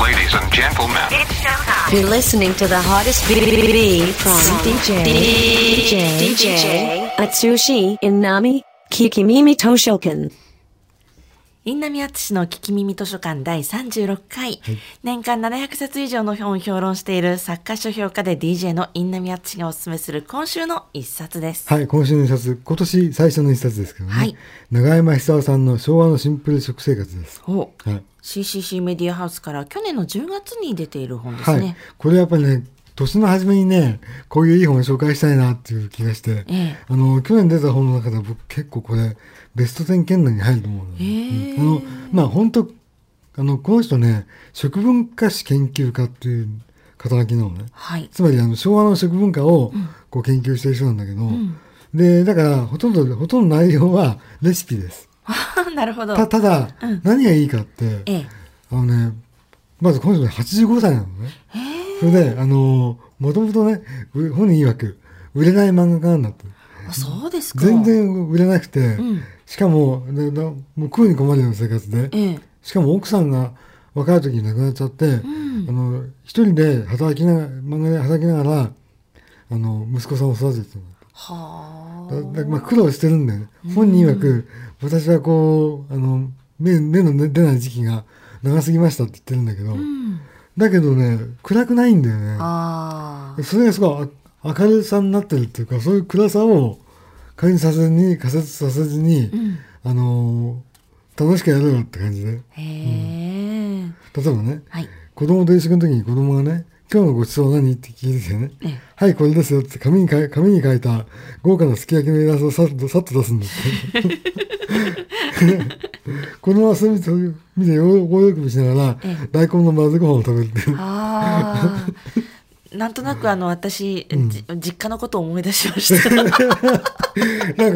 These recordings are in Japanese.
Ladies and gentlemen, You're listening to the hottest B- B- B- from DJ DJ DJ Atsushi Inami Kikimimi Toshokan. インナミアツシの聞き耳図書館第36回、年間700冊以上の本を評論している作家書評家で DJ のインナミアツシがおすすめする今週の一冊です。はい、今週の一冊、今年最初の一冊ですけどね。はい長山久夫さんの昭和のシンプル食生活です。おはい。 CCC メディアハウスから去年の10月に出ている本ですはいね。。これやっぱりね、年の初めにね、こういういい本を紹介したいなっていう気がして、ええあの、去年出た本の中で僕結構これ、ベスト10圏内に入ると思うの、へえうんあの、まあ本当あの、この人ね、食文化史研究家っていう肩書きなのね。はい。つまりあの昭和の食文化をこう研究してる人なんだけど、でだからほとんどほとんど内容はレシピです。 なるほど。たただ、何がいいかって、ええ。あのねまずこの人ね85歳なのね。それであのもともとねう本人曰く売れない漫画家なんだってあそうですか。全。然売れなくて、んしかもねなもう食うに困るような生活で、ええ。しかも奥さんが若い時に亡くなっちゃって、あの一人で働きながら漫画で働きながらあの息子さんを育ててたはのだだまあ、苦労してるんだよね本人曰く、私はこうあの目目の出ない時期が長すぎましたって言ってるんだけど、だけどね暗くないんだよねあ。ああ。それがすごいあ明るさになってるっていうかそういう暗さを感じさせずに仮説させずに、あの楽しくやろうよって感じでへえ。例えばね、はい。子供と一緒の時に子供がね「今日のごちそうは何?」って聞いててねええ「はいこれですよ」って紙に書い紙に書いた豪華なすき焼きのイラストをさっとさっと出すんですって 子供はそれ見て見て大喜びしながらえ大根の混ぜご飯を食べるっていうあ あ。なんとなくあの私、じ実家のことを思い出しま した。なんか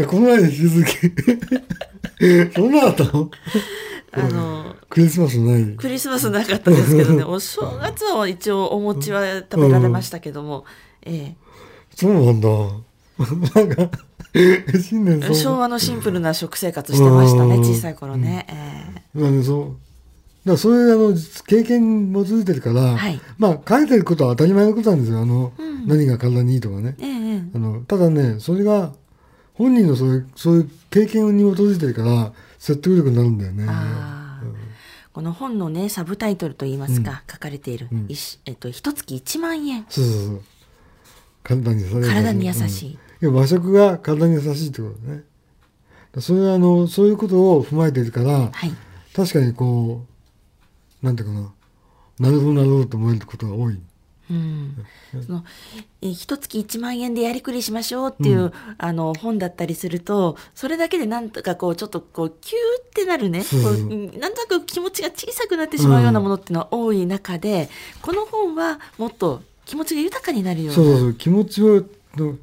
この前に気づき そんなだったのあのクリスマスのないクリスマスなかったですけ どね、お正月は一応お餅は食べられましたけども、えそうなんだ なんか 新年え、そう昭和のシンプルな食生活してましたね、うん小さい頃ね。えまあね、そう。だからそういうあの経験も続いてるから、はいまあ書いてることは当たり前のことなんですよ。あの、何が体にいいとかね。えええあのただね、それが本人のそういうそういう経験に基づいてるから説得力になるんだよね。ああこの本のね、サブタイトルといいますか、書かれている、いしえっと、一月1万円。そうそうそう。体に優しい。体に優しいうん、いや和食が体に優しいってことだね。だからそれはあのそういうことを踏まえてるから、はい。確かにこうなんていうかな、なるほどなるほどと思えることが多い。うんそのえー一月1万円でやりくりしましょうっていう、あの本だったりするとそれだけでなんとかこうちょっとこうキューってなるね、そうそうこうなんとなく気持ちが小さくなってしまうようなものっていうのは多い中で、この本はもっと気持ちが豊かになるようなそうそうそう気持ちをの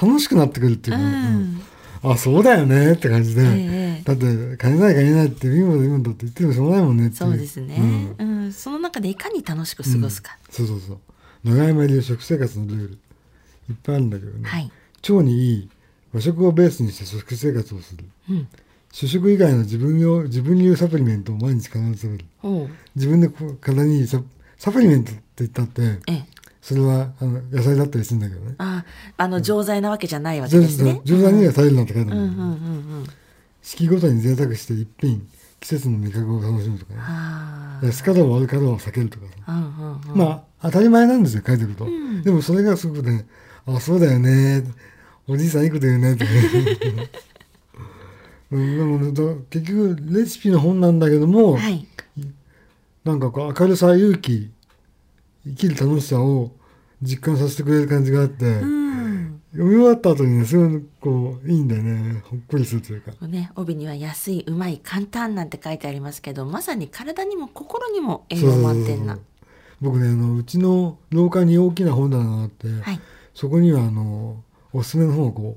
楽しくなってくるっていううか、うんんあそうだよねって感じで、ええだって金ない金ないって貧乏でんだって言ってもしょうがないもんねっていそうですね、うんうんその中でいかに楽しく過ごすか、そうそうそう長山流食生活のルールいっぱいあるんだけどね、はい腸にいい和食をベースにした食生活をする、うん主食以外の自分用自分流サプリメントを毎日必ず食べるおう自分でこう体にいいササプリメントって言ったってええそれはあの野菜だったりするんだけどねああの錠剤なわけじゃないわけ全ですね部。十三人が食べるなんて書いてあるんだけど、うんうんうんうん四季ごとに贅沢して一品季節の味覚を楽しむとかねあ安かろう悪かろうを避けるとかねあ、うんうんうんまあ当たり前なんですよ書いてると、でもそれがすごくねあそうだよねおじいさんいいこと言うねって うんでもねだ結局レシピの本なんだけども、はい。なんかこう明るさ勇気生きる楽しさを実感させてくれる感じがあって、うん。読み終わった後にねすごいこういいんだよねほっこりするというかね、帯には安い、うまい、簡単なんて書いてありますけど、まさに体にも心にも栄そう養そうそう満そう点な。僕ねあのうちの廊下に大きな本棚があって、はい。そこにはあのおすすめの本をこう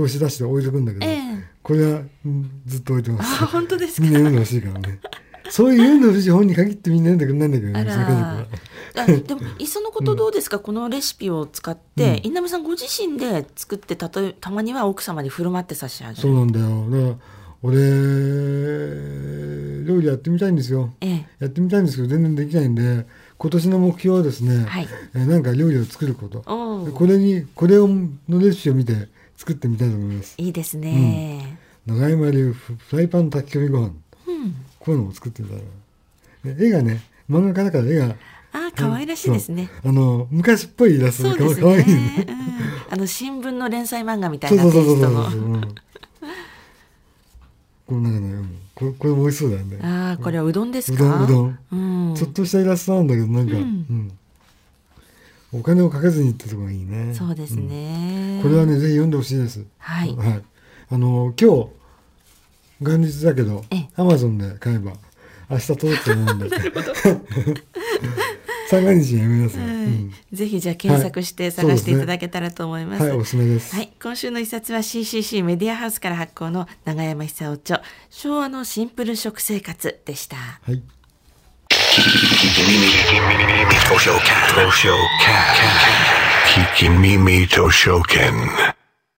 表紙出して置いてくんだけど、ええこれはんずっと置いてまあ、す本当ですかみん。な読んでほしいからねそういう読んでほしい本に限ってみんな読んでくんないんだけどあねうちの家族 はら。あでも、いっそのことどうですか、このレシピを使って、稲見さんご自身で作って、たとえ、たまには奥様に振る舞って差し上げそうる。なんだよだから俺料理やってみたいんですよええやってみたいんですけど全然できないんで今年の目標はですね、はいえーなんか料理を作ることおーこれにこれをのレシピを見て作ってみたいと思いますいいですね、長山流フフライパン炊き込みご飯うんこういうのを作ってみたいなで絵がね漫画家だから絵がああ可愛らしいですね、そうあの昔っぽいイラストそうでですかわかわいいねね。うんあの新聞の連載漫画みたそいうなそテうイそうそスうそトの。ううんこの中ね、うんこれこれも美味しそうだよねああ、これはうどんですうどか。んうどんうんちょっとしたイラストなんだけどなんか、ううんんお金をかけずにってとこがいいねそうですね。これはねぜひ読んでほしいですはいはい、あの今日元日だけどええアマゾンで買えば明日届くと思う んで 三が日にやめなさい、はいうんぜひじゃあ検索してはいそうで探すねしていただけたらと思います。はいおすすめです、はい、今週の一冊は CCC メディアハウスから発行の永山久夫著昭和のシンプル食生活でした。はい、 Kikimimi Toshoken. Kikimimi Toshoken.